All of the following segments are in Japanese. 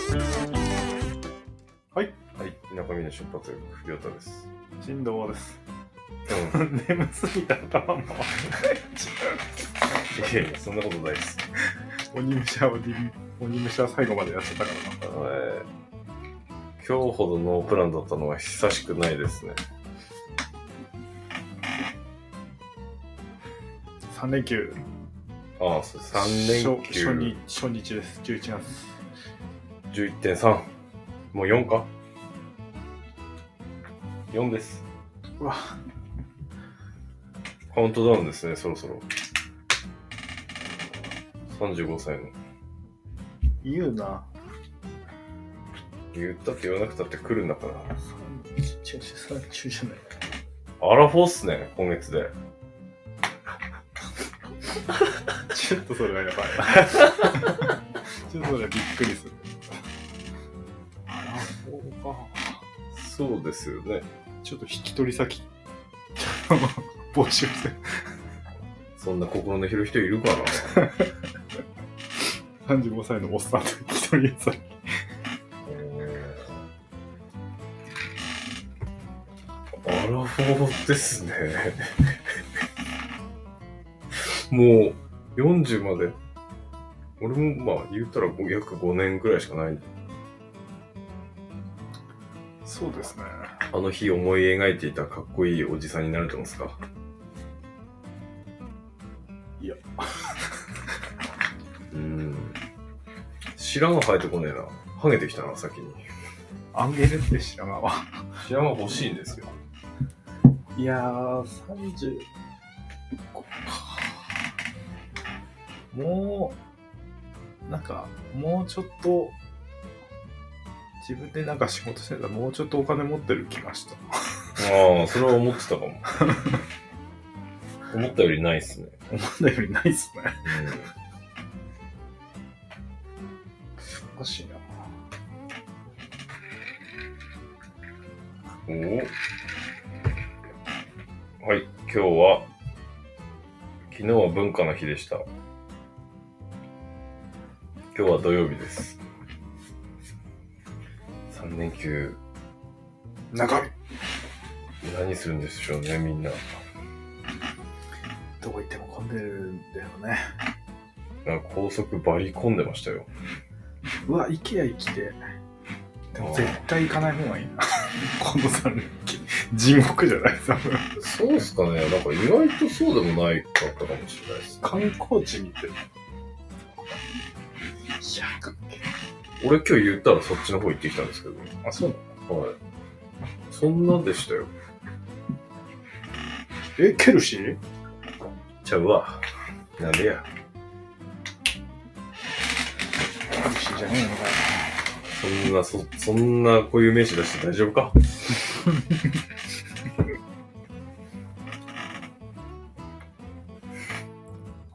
はい、はい、田舎峰出発力、りょうたです。振動です。 う眠すぎた頭も。ん、いやいや、そんなことないです。鬼武者をディビ、鬼武者最後までやっちゃったかえー今日ほどノープランだったのは久しくないですね。らな。3連休。ああ、そう、3連初初休日、初日です。11月。 11.3。もう4か ?4 です。うわ、カウントダウンですね、そろそろ。35歳の。言うな。言ったって言わなくたって来るんだから。中止、三中じゃない。アラフォーっすね、今月で。ちょっとそれはやばい。ちょっとそれはびっくりする。あら、そうか。そうですよね。ちょっと引き取り先、ちょっと募集して。そんな心の広い人いるかな35歳のおっさんと一人やさアラフォーですね。もう40まで。俺もまあ言うたらご約5年ぐらいしかない。そうですね。あの日思い描いていたかっこいいおじさんになれてますかいや。 うーん。白髪生えてこねえな。ハゲてきたな、先に。あげるって白髪は。白髪欲しいんですよ。いやー、35か。もう、なんか、もうちょっと、自分でなんか仕事してたらもうちょっとお金持ってる気がした。ああ、それは思ってたかも。思ったよりないっすね。思ったよりないっすね。おかしいな。うん、おおはい、今日は、昨日は文化の日でした。今日は土曜日です。3連休、中身何するんでしょうね、みんな。どこ行っても混んでるんだよね。なんか高速バリ込んでましたよ。うわ、IKEA 行きて。でも絶対行かない方がいいな。 この3連休。地獄じゃない多分。そうっすかね、なんか意外とそうでもないかったかもしれないです。観光地見て。 いや、俺今日言ったらそっちの方行ってきたんですけど。あ、そうなのはい。そんなんでしたよ。え、ケルシーちゃうわ。なんでや。ケルシーじゃねえのかよ。そんな、そ、そんなこういう名詞出して大丈夫か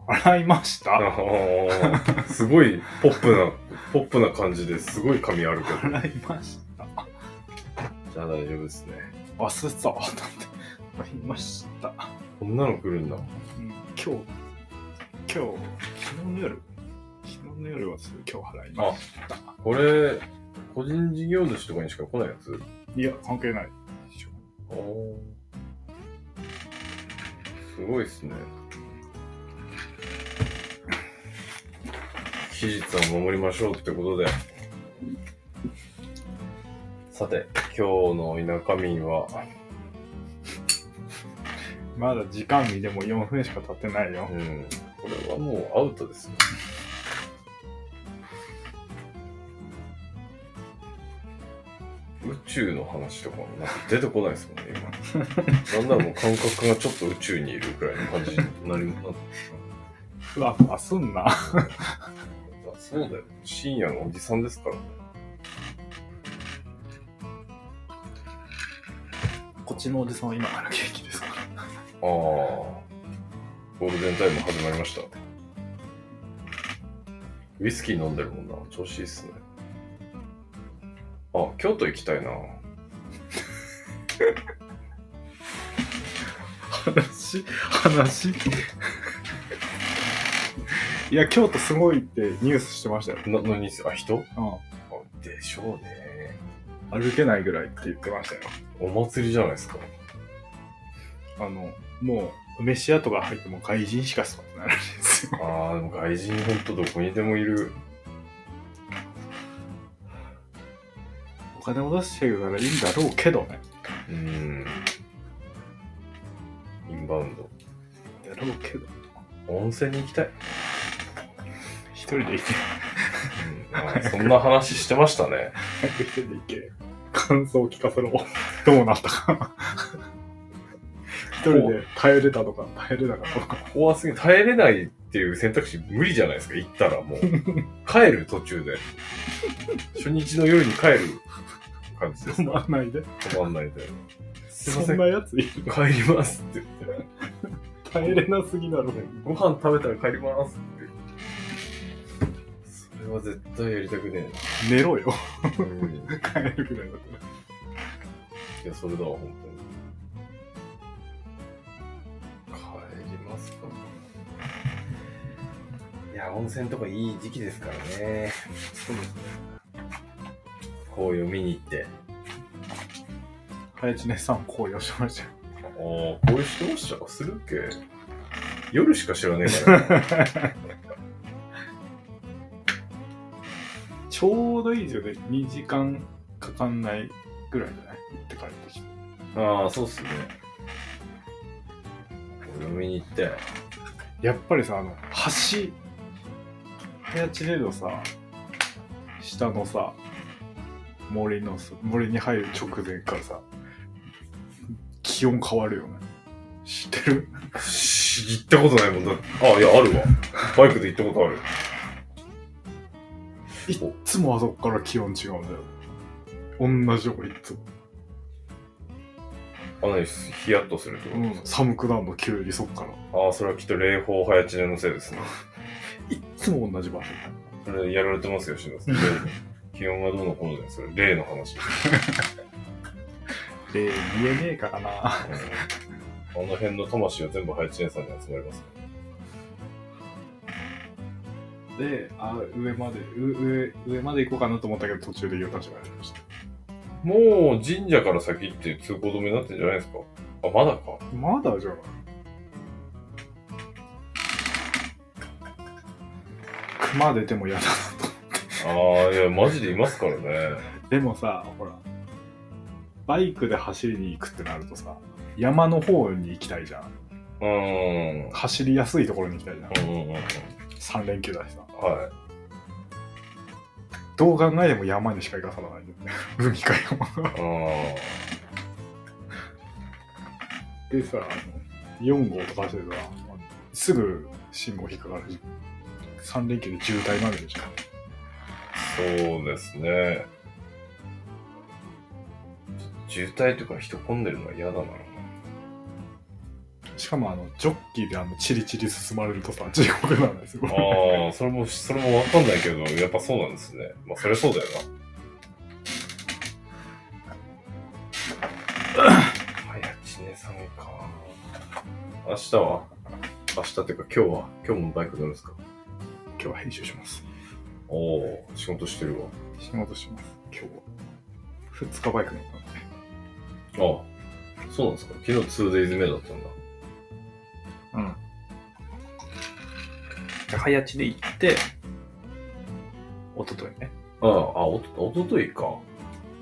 洗いましたあー すごいポップな、ポップな感じですごい髪あるけど。洗いました。じゃあ大丈夫ですね。あ、すさ、だって。洗いました。こんなの来るんだ。うん今日、今日、昨日の夜、昨日の夜はすぐ今日払いました。これ、個人事業主とかにしか来ないやついや、関係ない。すごいっすね。期日を守りましょうってことで。さて、今日の田舎民は、まだ時間見でも4分しか経ってないよう。ん、これはもうアウトですよ。宇宙の話とかもなんか出てこないですもんね、今。なんならもう感覚がちょっと宇宙にいるくらいの感じになります。ふわふわすんな。そうだよ。深夜のおじさんですからね。こっちのおじさんは今から元気ですから。ああ。ゴールデンタイム始まりました。ウイスキー飲んでるもんな。調子いいっすね。あ、京都行きたいな。話話いや京都すごいってニュースしてましたよ、な、何すあ、人うあでしょうね。ん、歩けないぐらいって言ってましたよお祭りじゃないですか。あのもう梅酒屋とか入っても外人しか座ってないらしいですよああ、でも外人ほんとどこにでもいる。 お金を出してるからいいんだろうけどねうん。インバウンド。だろうけど温泉に行きたい。一人で行けうんあーそんな話してましたね。一人で行け感想を聞か せろどうなった か一人で耐えれたとか耐えれなかったとか怖すぎ、耐えれないっていう選択肢無理じゃないですか、行った らもう。帰る途中で。初日の夜に帰る感じです止まか。らないで止まんないで。すいまそせんん、なやついる帰りますって言って。耐えれなすぎだろご飯食べたら帰りますって。それは絶対やりたくね寝ろよえな。 うん帰るぐらいだったらいや、それだわ、本当に。帰りますか。 いや、温泉とかいい時期ですからね。そうですね紅葉見に行って。 早知ねさん紅葉してましたよああ、紅葉してましたかするっけ夜しか知らねえから、ね。ちょうどいいですよね2時間かかんないぐらいじゃない行って帰ってきて ああ、そうっすね。紅葉見に行って。やっぱりさあの橋早知れどさ下のさ森のさ森に入る直前からさ気温変わるよね知ってるし行ったことないもんだって。ああ、いや、あるわ。バイクで行ったことある。いっつもあそこから気温違うんだよ同じとこいっつも、あの、ヒヤッとするってことですか、寒くなるの急にそっからああ、それはきっと霊峰早知根のせいですね。いっつも同じ場所それやられてますよ、篠田さん。気温がどうのこうので、それ、例の話。で見えねえからなあの辺の魂は全部配置屋さんに集まりますね。であ上までう上上まで行こうかなと思ったけど途中で U ターンして帰りましたもう神社から先って通行止めになってんじゃないですかあ、まだか。まだじゃない熊出ても嫌だなとああ、いや、マジでいますからね。でもさほらバイクで走りに行くってなるとさ山の方に行きたいじゃんうーん。走りやすいところに行きたいじゃんうんうんうんうん。 3連休だしさはどう考えても山にしか行かさないんだよね 海か山い。あでさあの4号とかしてさすぐ信号引っかかるし3連休で渋滞まみれじゃんあ、そうですね。ちょ渋滞とか人混んでるのは嫌だな。しかもあのジョッキーであのチリチリ進まれるとさ地獄なんですよああ、それも、それもわかんないけど、やっぱそうなんですね。まあ、そりゃそうだよな。 早知根さんか。明日は明日っていうか今日は今日もバイク乗るんですか今日は編集しますおお仕事してるわ。仕事します今日は2日バイク乗ったんでああ、そうなんですか昨日 2days 目だったんだ。うん早地で行って一昨日ねああ、あ、おと、おとといか。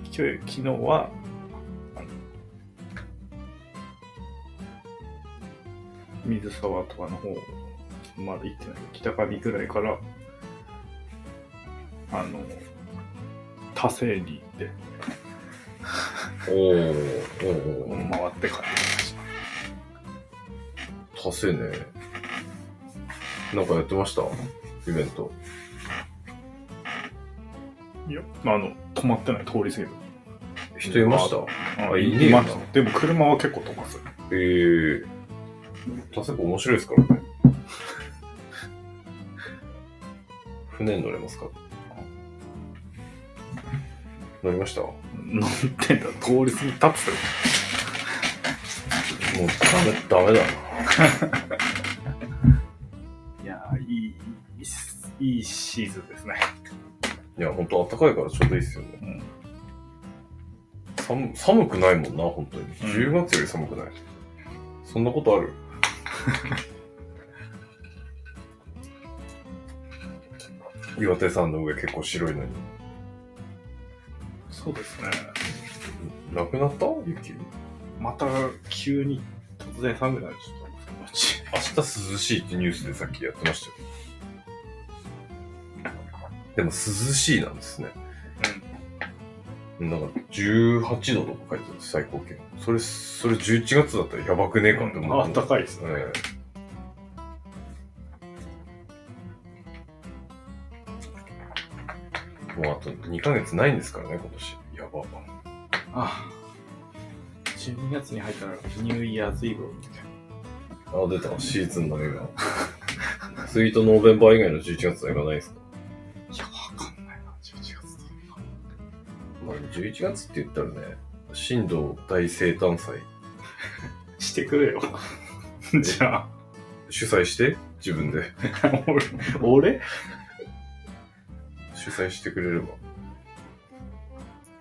今日昨日はあの水沢とかの方まで行ってない北上ぐらいからあの多勢に行っておおおーおー回って帰ってきました達成ね。なんかやってましたイベント。いや、あの、止まってない、通り過ぎる。人いましたあいねえいよます。でも車は結構止まず。ええー。タセコ面白いですからね。 船に乗れますか飲みましたも飲んでた通り過ぎたっつっうダメ、ダメだていやーいいいいっすいいシーズンですねな。いや、ほんと暖かいからちょうどいいっすよね。うん寒寒くないもんな、本当に。10月より寒くない。そんなこと ある岩手山の上結構白いのに。そうですねなくなった雪。また急に突然寒くなるちょっと気持ち明日涼しいってニュースでさっきやってましたよ。でも涼しいなんですね。なんか18度とか書いてある最高気温。それ、それ11月だったらやばくねえかって思う。あったかいですね、ええもうあと2ヶ月ないんですからね、今年。やば。あ12月に入ったらニューイヤーズイブみたいなあ、出た。シーズンの映 画。スイートノーベンバー以外の11月の映画ないですかいやわかんないな11月ってまあ、11月って言ったらね、神道大生誕祭してくれよ じゃあ主催して、自分で 俺主催してくれれば。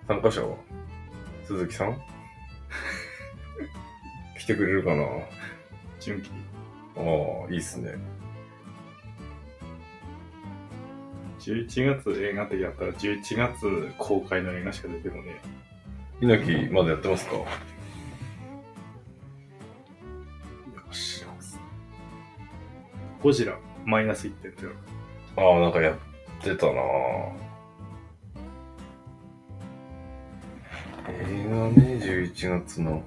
参加者は鈴木さん 来てくれるかな純喜ああ、いいっすね。 11月映画ってやったら11月公開の映画しか出てもね稲木、まだやってますかよしゴジラマイナス1.0ああ、なんかやってたな映画ね、11月の。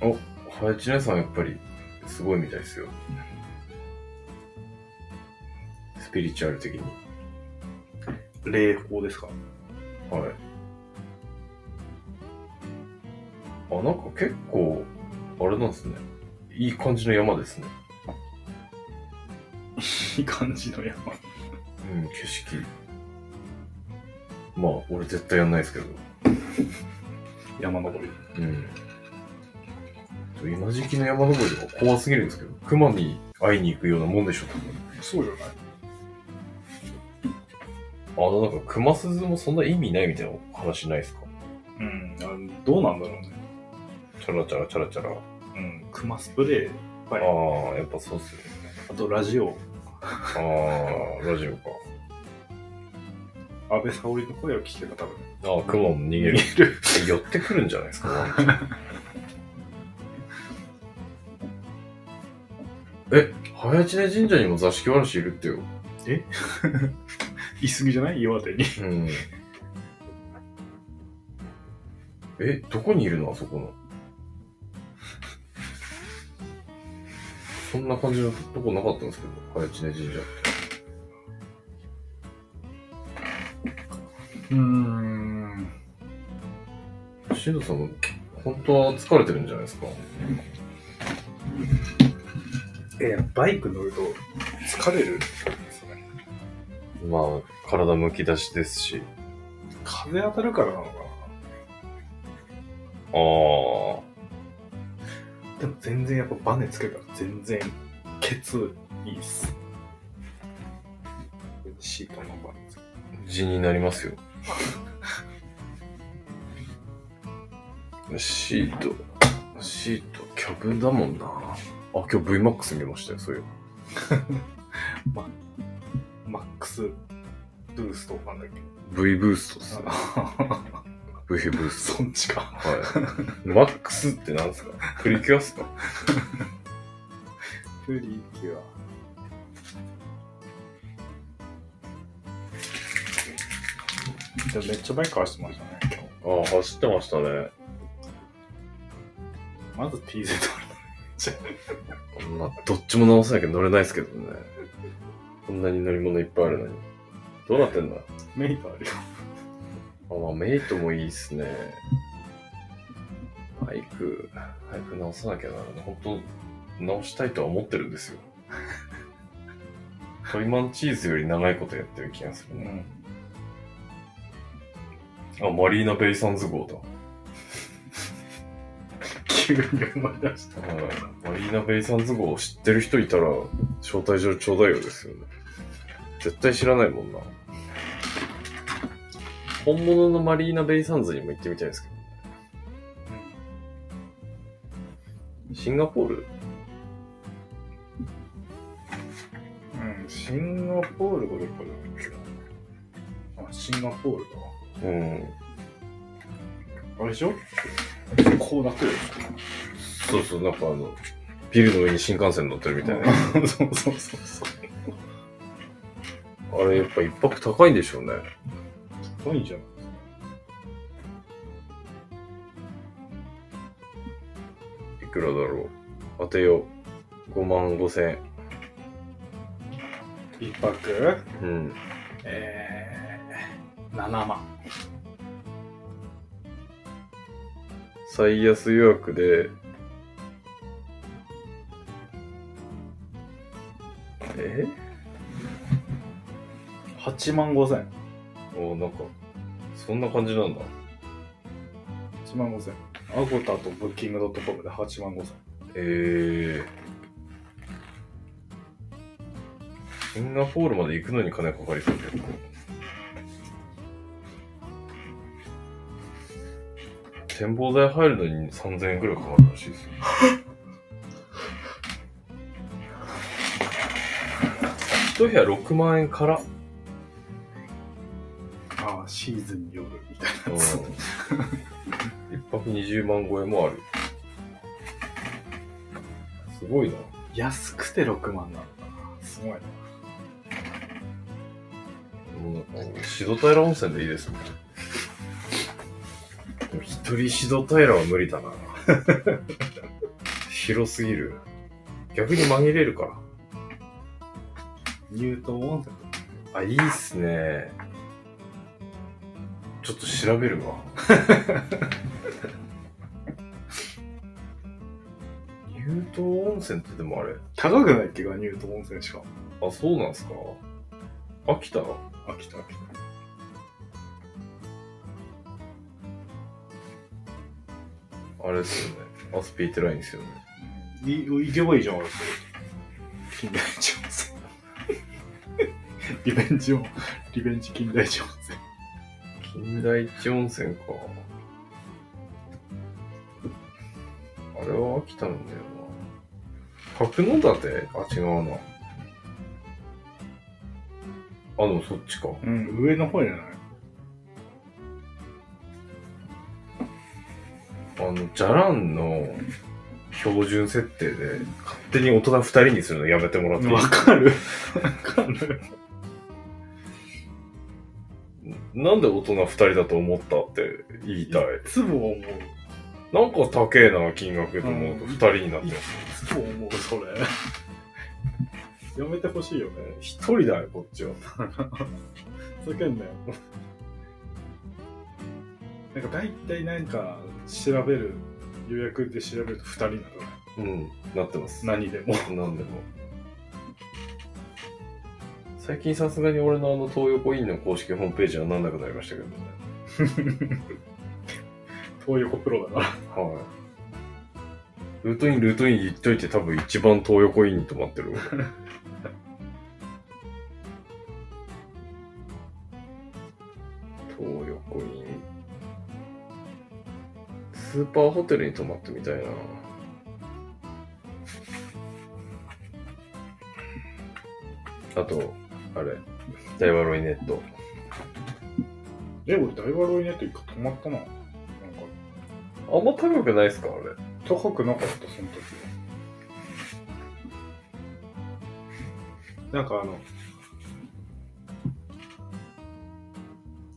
お、早知さんやっぱりすごいみたいですよ。スピリチュアル的に。霊峰ですか はい。あ、なんか結構、あれなんですね。いい感じの山ですね。いい感じの山うん、景色。まあ、俺絶対やんないですけど。山登りうん。今時期の山登りとか怖すぎるんですけど、熊に会いに行くようなもんでしょ、そうじゃない多分あの、なんか熊鈴もそんな意味ないみたいな話ないですかうんあどうなんだろうねチャラチャラチャラチャラ。うん熊スプレーいっぱいああ、やっぱそうっすよね。あとラジオああ、ラジオか。安倍沙織の声を聞けば多分ああ、熊も 逃げる。る寄ってくるんじゃないですか、ワンちゃんえ、早知根神社にも座敷わらしいるってよ。言い過ぎじゃない岩手にうん。え、どこにいるのあそこの。そんな感じのとこなかったんですけど、早知根神社って。うーんシドさんも、本当は疲れてるんじゃないですか。えバイク乗ると疲れるんですねまあ、体むき出しですし。風当たるからなのかああ。なでも全然やっぱバネつけたら全然ケツいいっすシートのバネつけ字になりますよ。シート、シート、キャブだもんな。あ、今日 VMAX 見ましたよ、そういう。マックスブーストなんだっけ V ブーストっすね。V ブースそんちかト。はい。マックスってなんですかプリキュアっすかプリキュアでもめっちゃバイク走ってましたね今日ああ、走ってましたね。まず TZ まあ、どっちも直さなきゃ乗れないですけどね。こんなに乗り物いっぱいあるのに。どうなってんだメイトあるよあ、まあ、メイトもいいっすね。バイク、バイク直さなきゃならない。本当直したいとは思ってるんですよ。トリマンチーズより長いことやってる気がするね。あ、マリーナ・ベイサンズ号だ。急に思い出した。はいマリーナ・ベイサンズ号を知ってる人いたら、招待状ちょうだいよですよね。絶対知らないもんな。本物のマリーナ・ベイサンズにも行ってみたいですけどね。シンガポールうん、シンガポールがどこだっけなあ、シンガポールだわ。うん。あれでしょこうなってるそうそう、なんかあの、ビルの上に新幹線乗ってるみたいな。な。そうそうそうそう。あれやっぱ一泊高いんでしょうね。高いんじゃん。いくらだろう。当てよう。5万5千一泊円。うん。えー、7万。最安予約で、え8万5千。おなんか、そんな感じなんだ。 8万5千。アゴタとブッキングドットコムで8万5千。ええシンガポールまで行くのに金かかりそうだけど。展望台入るのに3000円くらいかかるらしいですよ。 一部屋6万円から。ああ、シーズンによるみたいうん一泊20万超えもある。すごいな。な。安くて6万なんだな。すごいな。もうなんか、シド平温泉でいいですね。でも一人シド平は無理だな。広すぎる。逆に紛れるかニュートン温泉ら。あ、いいっすね。ちょっと調べるわ。乳頭温泉ってでもあれ、高くないっけか、ニュートン温泉しか。あ、そうなんすか秋飽きた田飽きた。あれっすよね。アスピーってラインですよね。い行けばいいじゃん、 俺近代一温泉。リベンジを、リベンジ近代一温泉。金田一温泉か。あれは秋田なんだよな。角館あ、違うな。あ、でもそっちか。うん、上の方じゃないあの、じゃらんの標準設定で、勝手に大人二人にするのやめてもらっていいわかるわかる。なんで大人二人だと思ったって言いたい。つも思う。なんか高えな、金額と思うとうん二人になっています。つも思う、それ。やめてほしいよね。一人だよ、こっちは。ふざけんなよ。なんか大体なんか調べる、予約で調べると2人なのね。うん、なってます。何でも。なんでも。最近さすがに俺のあの東横インの公式ホームページはなんなくなりましたけどね。東横プロだから。はい。ルートイン、ルートイン言っといて多分一番東横インに止まって る俺東横イン。スーパーホテルに泊まってみたいな。あと、あれ、ダイワロイネット。え、俺、ダイワロイネット一回止まったな。なんか、あんま高くないっすかあれ。高くなかった、その時は。なんかあの、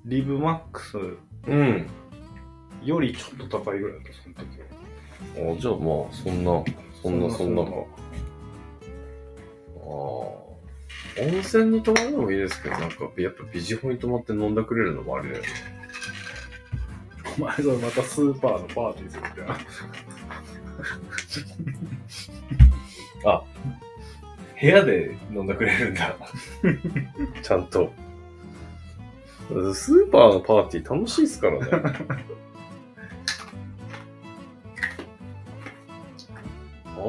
リブマックスうん。よりちょっと高いぐらいだった、その時は。あじゃあまあ、そんな、そんな、そんなか。ああ。温泉に泊まるのもいいですけど、なんか、やっぱビジホに泊まって飲んだくれるのもありだよね。お前それまたスーパーのパーティーするみたいな。部部屋で飲んでくれるんだ。ちゃんと。スーパーのパーティー楽しいですから ね。あ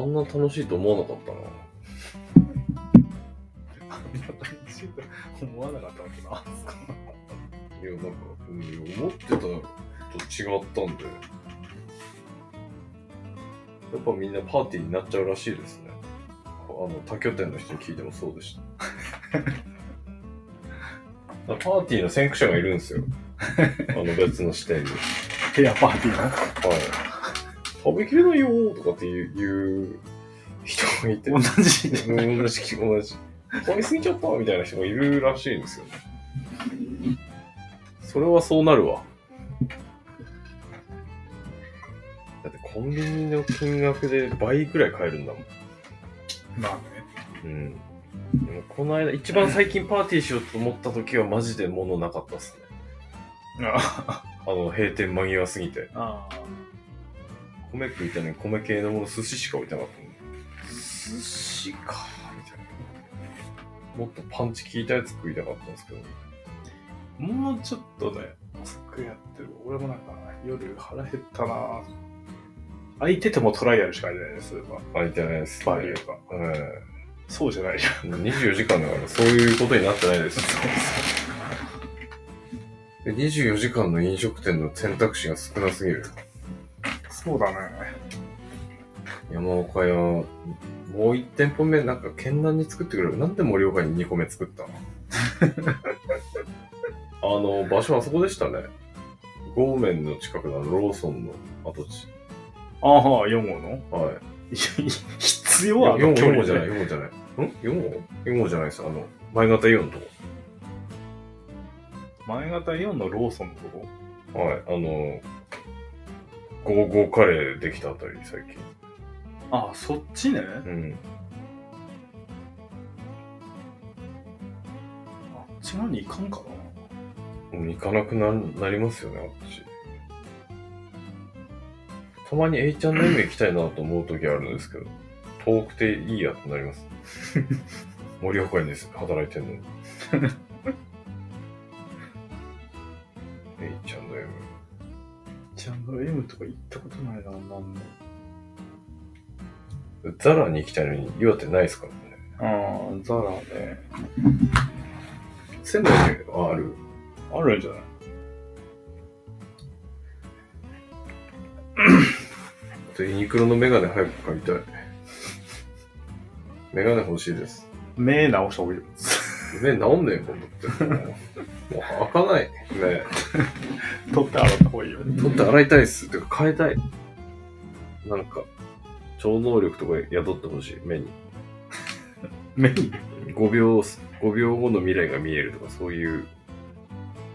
んな楽しいと思わなかったな。 思わなかったわけな。いや、なんか、うん思ってたと違ったんで。やっぱみんなパーティーになっちゃうらしいですね。あの、他拠点の人に聞いてもそうでした。パーティーの先駆者がいるんですよ。あの別の視点に。はい。部屋パーティーな。食べきれないよーとかっていう言う人がいて。同 じ。同じ同じ買いすぎちゃったみたいな人もいるらしいんですよねそれはそうなるわだってコンビニの金額で倍くらい買えるんだもんまあね。うんでもこの間一番最近パーティーしようと思った時はマジで物なかったっすねああの閉店間際すぎてあ。米食いたいのに米系のもの寿司しか置いてなかったもん寿司かみたいなもっとパンチ効いたやつ食いたかったんですけどもうちょっとね、遅くやってる。俺もなんか、夜腹減ったな空いててもトライアルしか入れないです、スーパー空いてないです、ね。バリューが。えそうじゃないじゃん。え24時間だからそういうことになってない です。で24時間の飲食店の選択肢が少なすぎる。そうだね。山岡屋、もう1店舗目なんか県南に作ってくれる。なんで盛岡に2個目作った のあの、場所あそこでしたね。ゴーメンの近くのあのローソンの跡地。ああ、4号のはい。必要いやはあの距4離号じゃない、。4号じゃない。ん ?4 号 ?4 号じゃないです。あの、前型イオンのとこ。前型4のローソンのとこはい、あの、ゴーゴーカレーできたあたり、最近。ああ、そっちね。うん。あっちのに行かんかもう行かなくななりますよね、あっち。たまに H&M 行きたいなと思う時あるんですけど、遠くていいやってなります。 盛岡にです働いて んのに。H&M。な。ちゃんと M とか行ったことないな、なんで。ザラに行きたいのに岩手ないですからね。ああ、ザラね。仙台にはある。あるんじゃないあとユニクロのメガネ早く買いたい。メガネ欲しいです。目直した方がいいよ。目治んねえことって。もう開かない。ね取って洗った方がいいよ。取って洗いたいっす。てか変えたい。なんか、超能力とか宿ってほしい。目に。 目に5秒、5秒後の未来が見えるとか、そういう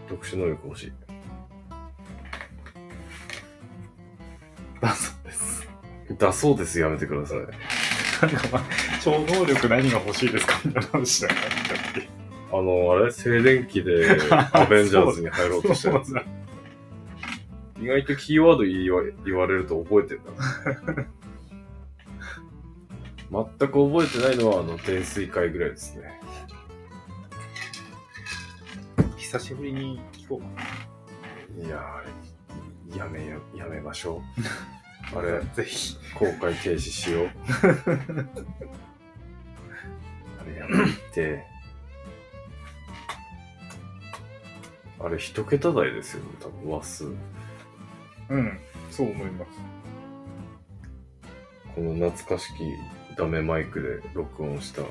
特殊能力欲しい。だそうです。だそうです。やめてください。なんかまあ、超能力何が欲しいですかみたいな話だよね。あの、あれ静電気でアベンジャーズに入ろうとしてる。そうだ意外とキーワード言わ言われると覚えてんだな。全く覚えてないのは、あの、泥酔会ぐらいですね。久しぶりに聞こういやー、やめよ、やめましょ う。あかれ、ぜひ。公開停止しよう。あれやめて。あれ、一桁台ですよね、多分、話数。うん、そう思います。この懐かしきダメマイクで録音した。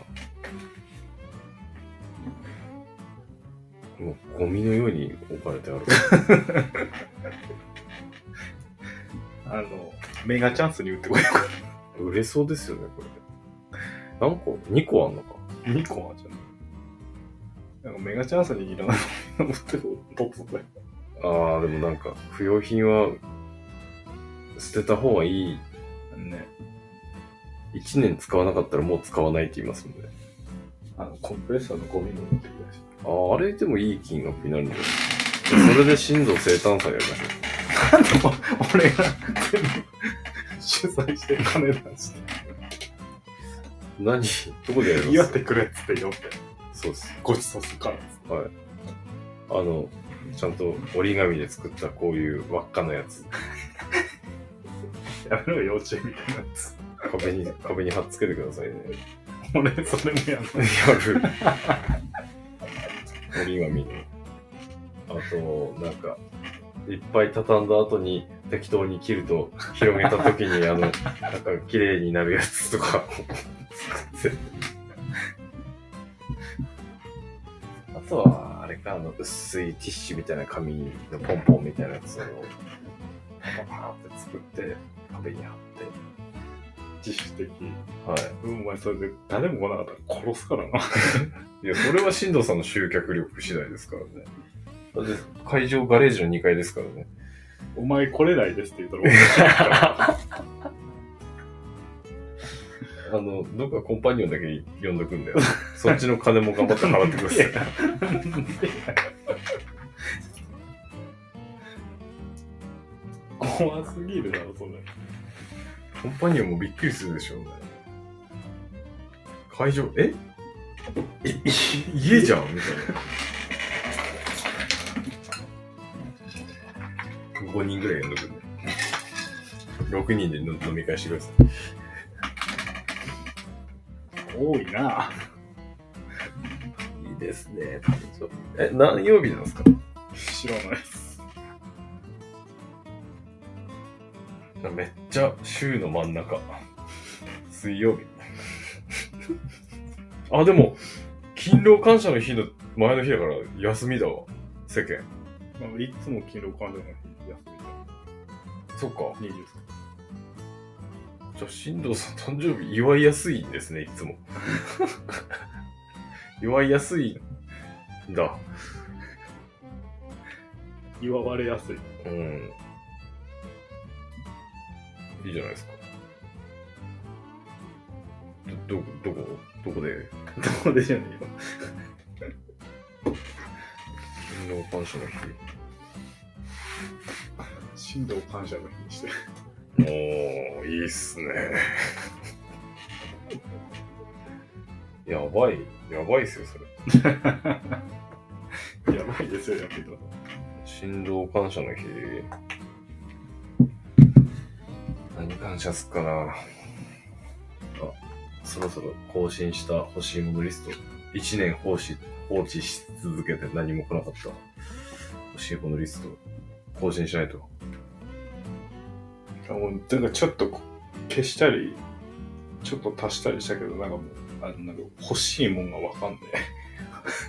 もうゴミのように置かれてある。あの、メガチャンスに打ってこようか。売れそうですよね、これ。何個 ?2 個あんのか。 2個はじゃない。 なんかメガチャンスにいらないの持ってこう、取っとったよああ、でもなんか、不要品は捨てた方がいい。ね。 1年使わなかったらもう使わないって言いますもんね。あの、コンプレッサーのゴミも持ってきたし。ああ、あれでもいい金額になるんだよ。それで新度生誕祭やりましなょんでも俺が全部主催して金出して。う。何どこでやり祝まっすてくれっつって呼んで、そうです。ごちそうするから。あの、ちゃんと折り紙で作ったこういう輪っかのやつ、やめろよ、幼稚園みたいなやつ。壁に、壁に貼っつけてくださいね。俺、それもやんない。やる。折り紙に。あと、なんか、いっぱい畳んだ後に適当に切ると広げた時に、あの、なんか綺麗になるやつとか 作って。あとは、あれか、あの、薄いティッシュみたいな紙のポンポンみたいなやつを、パパーって作って、壁に貼っ自主的。て。はい。うん、お前、それで誰も来なかったら殺すからな。いや、それは進藤さんの集客力次第ですからね。だって、会場ガレージの2階ですからね。お前来れないですって言ったら俺が来るから、あの、どっかコンパニオンだけ呼んどくんだよ。そっちの金も頑張って払ってください。怖すぎるだろ、それ。コンパニオンもびっくりするでしょうね。会場、ええい家じゃんみたいな。5人ぐらい呼んどくんだよ。6人で飲飲み会してください。多いな。いいですね。え、何曜日なんですか知らないです。めっちゃ週の真ん中。水曜日。あ、でも、勤労感謝の日の前の日だから休みだわ。世間。なんかいつも勤労感謝の日休そっか。みじゃん。じゃあ、新藤さん誕生日祝いやすいんですね、いつも。 祝いやすいんだ。 23。祝われやすい。うん。いいじゃないですか。ど、ど、どこどこでどうでしょうね。勤労感謝の日。振動感謝の日にして。おー、いいっすね。 やばい、やばいっすよ、それ。やばいですよ、やめてくださ新郎感謝の日。何感謝すっかな。あ、そろそろ更新した欲しいものリスト。1年放置、放置し続けて何も来なかった。欲しいものリスト。更新しないと。い。もう、なんかちょっとこ消したり、ちょっと足したりしたけど、なんかもう、あのなんか欲しいもんがわかんね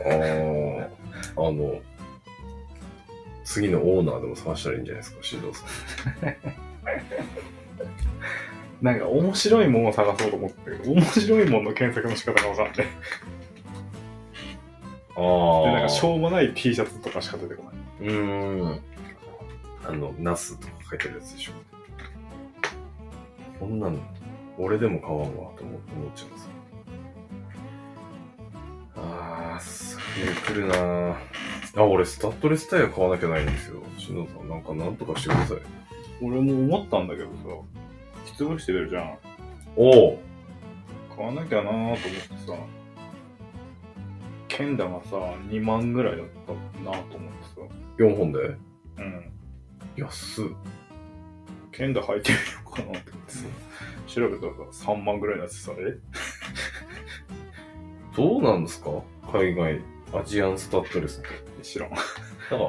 あー、あの、次のオーナーでも探したらいいんじゃないですか、新郎さん。え。なんか面白いもんを探そうと思ってるけど、面白いもんの検索の仕方がわかんねえ。あであ。なんかしょうもない T シャツとかしか出てこない。うーん。あの、ナスとか書いてあるやつでしょ。こんなの、俺でも買わんわ、と思思っちゃいます。あー、すげえ来るなーあ、俺、スタッドレスタイヤ買わなきゃないんですよ。しのさん、なんか、なんとかしてください。俺も思ったんだけどさ、引き潰してるじゃん。おお買わなきゃなーと思ってさ、剣玉さ、2万ぐらいだったなと思ってさ。 !4 本でうん。安っ。剣道履いてみようかなって思ってさ調べたらさ3万ぐらいのやつさえどうなんですか海外、アジアンスタッドレスって。知らん、なんか、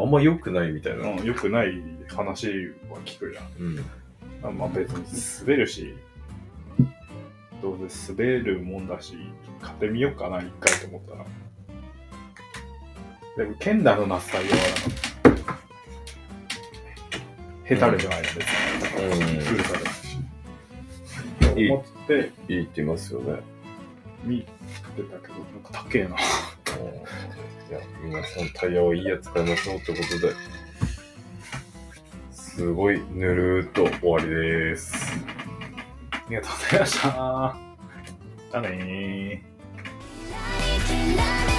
あんま良くないみたいな。うん、よくない話は聞くやうん。んあまあ別に滑るしどうせ滑るもんだし買ってみようかな一回と思ったらでも剣道のナスタイヤはなんかヘタレじゃないのでう古さですしいい思ってん。いいって言いますよね。見てたけどなんか高えないや、皆さんタイヤをいいやつ買いましょうってことで、すごいぬるーっと終わりです。ありがとうございました。だねー。 「君らで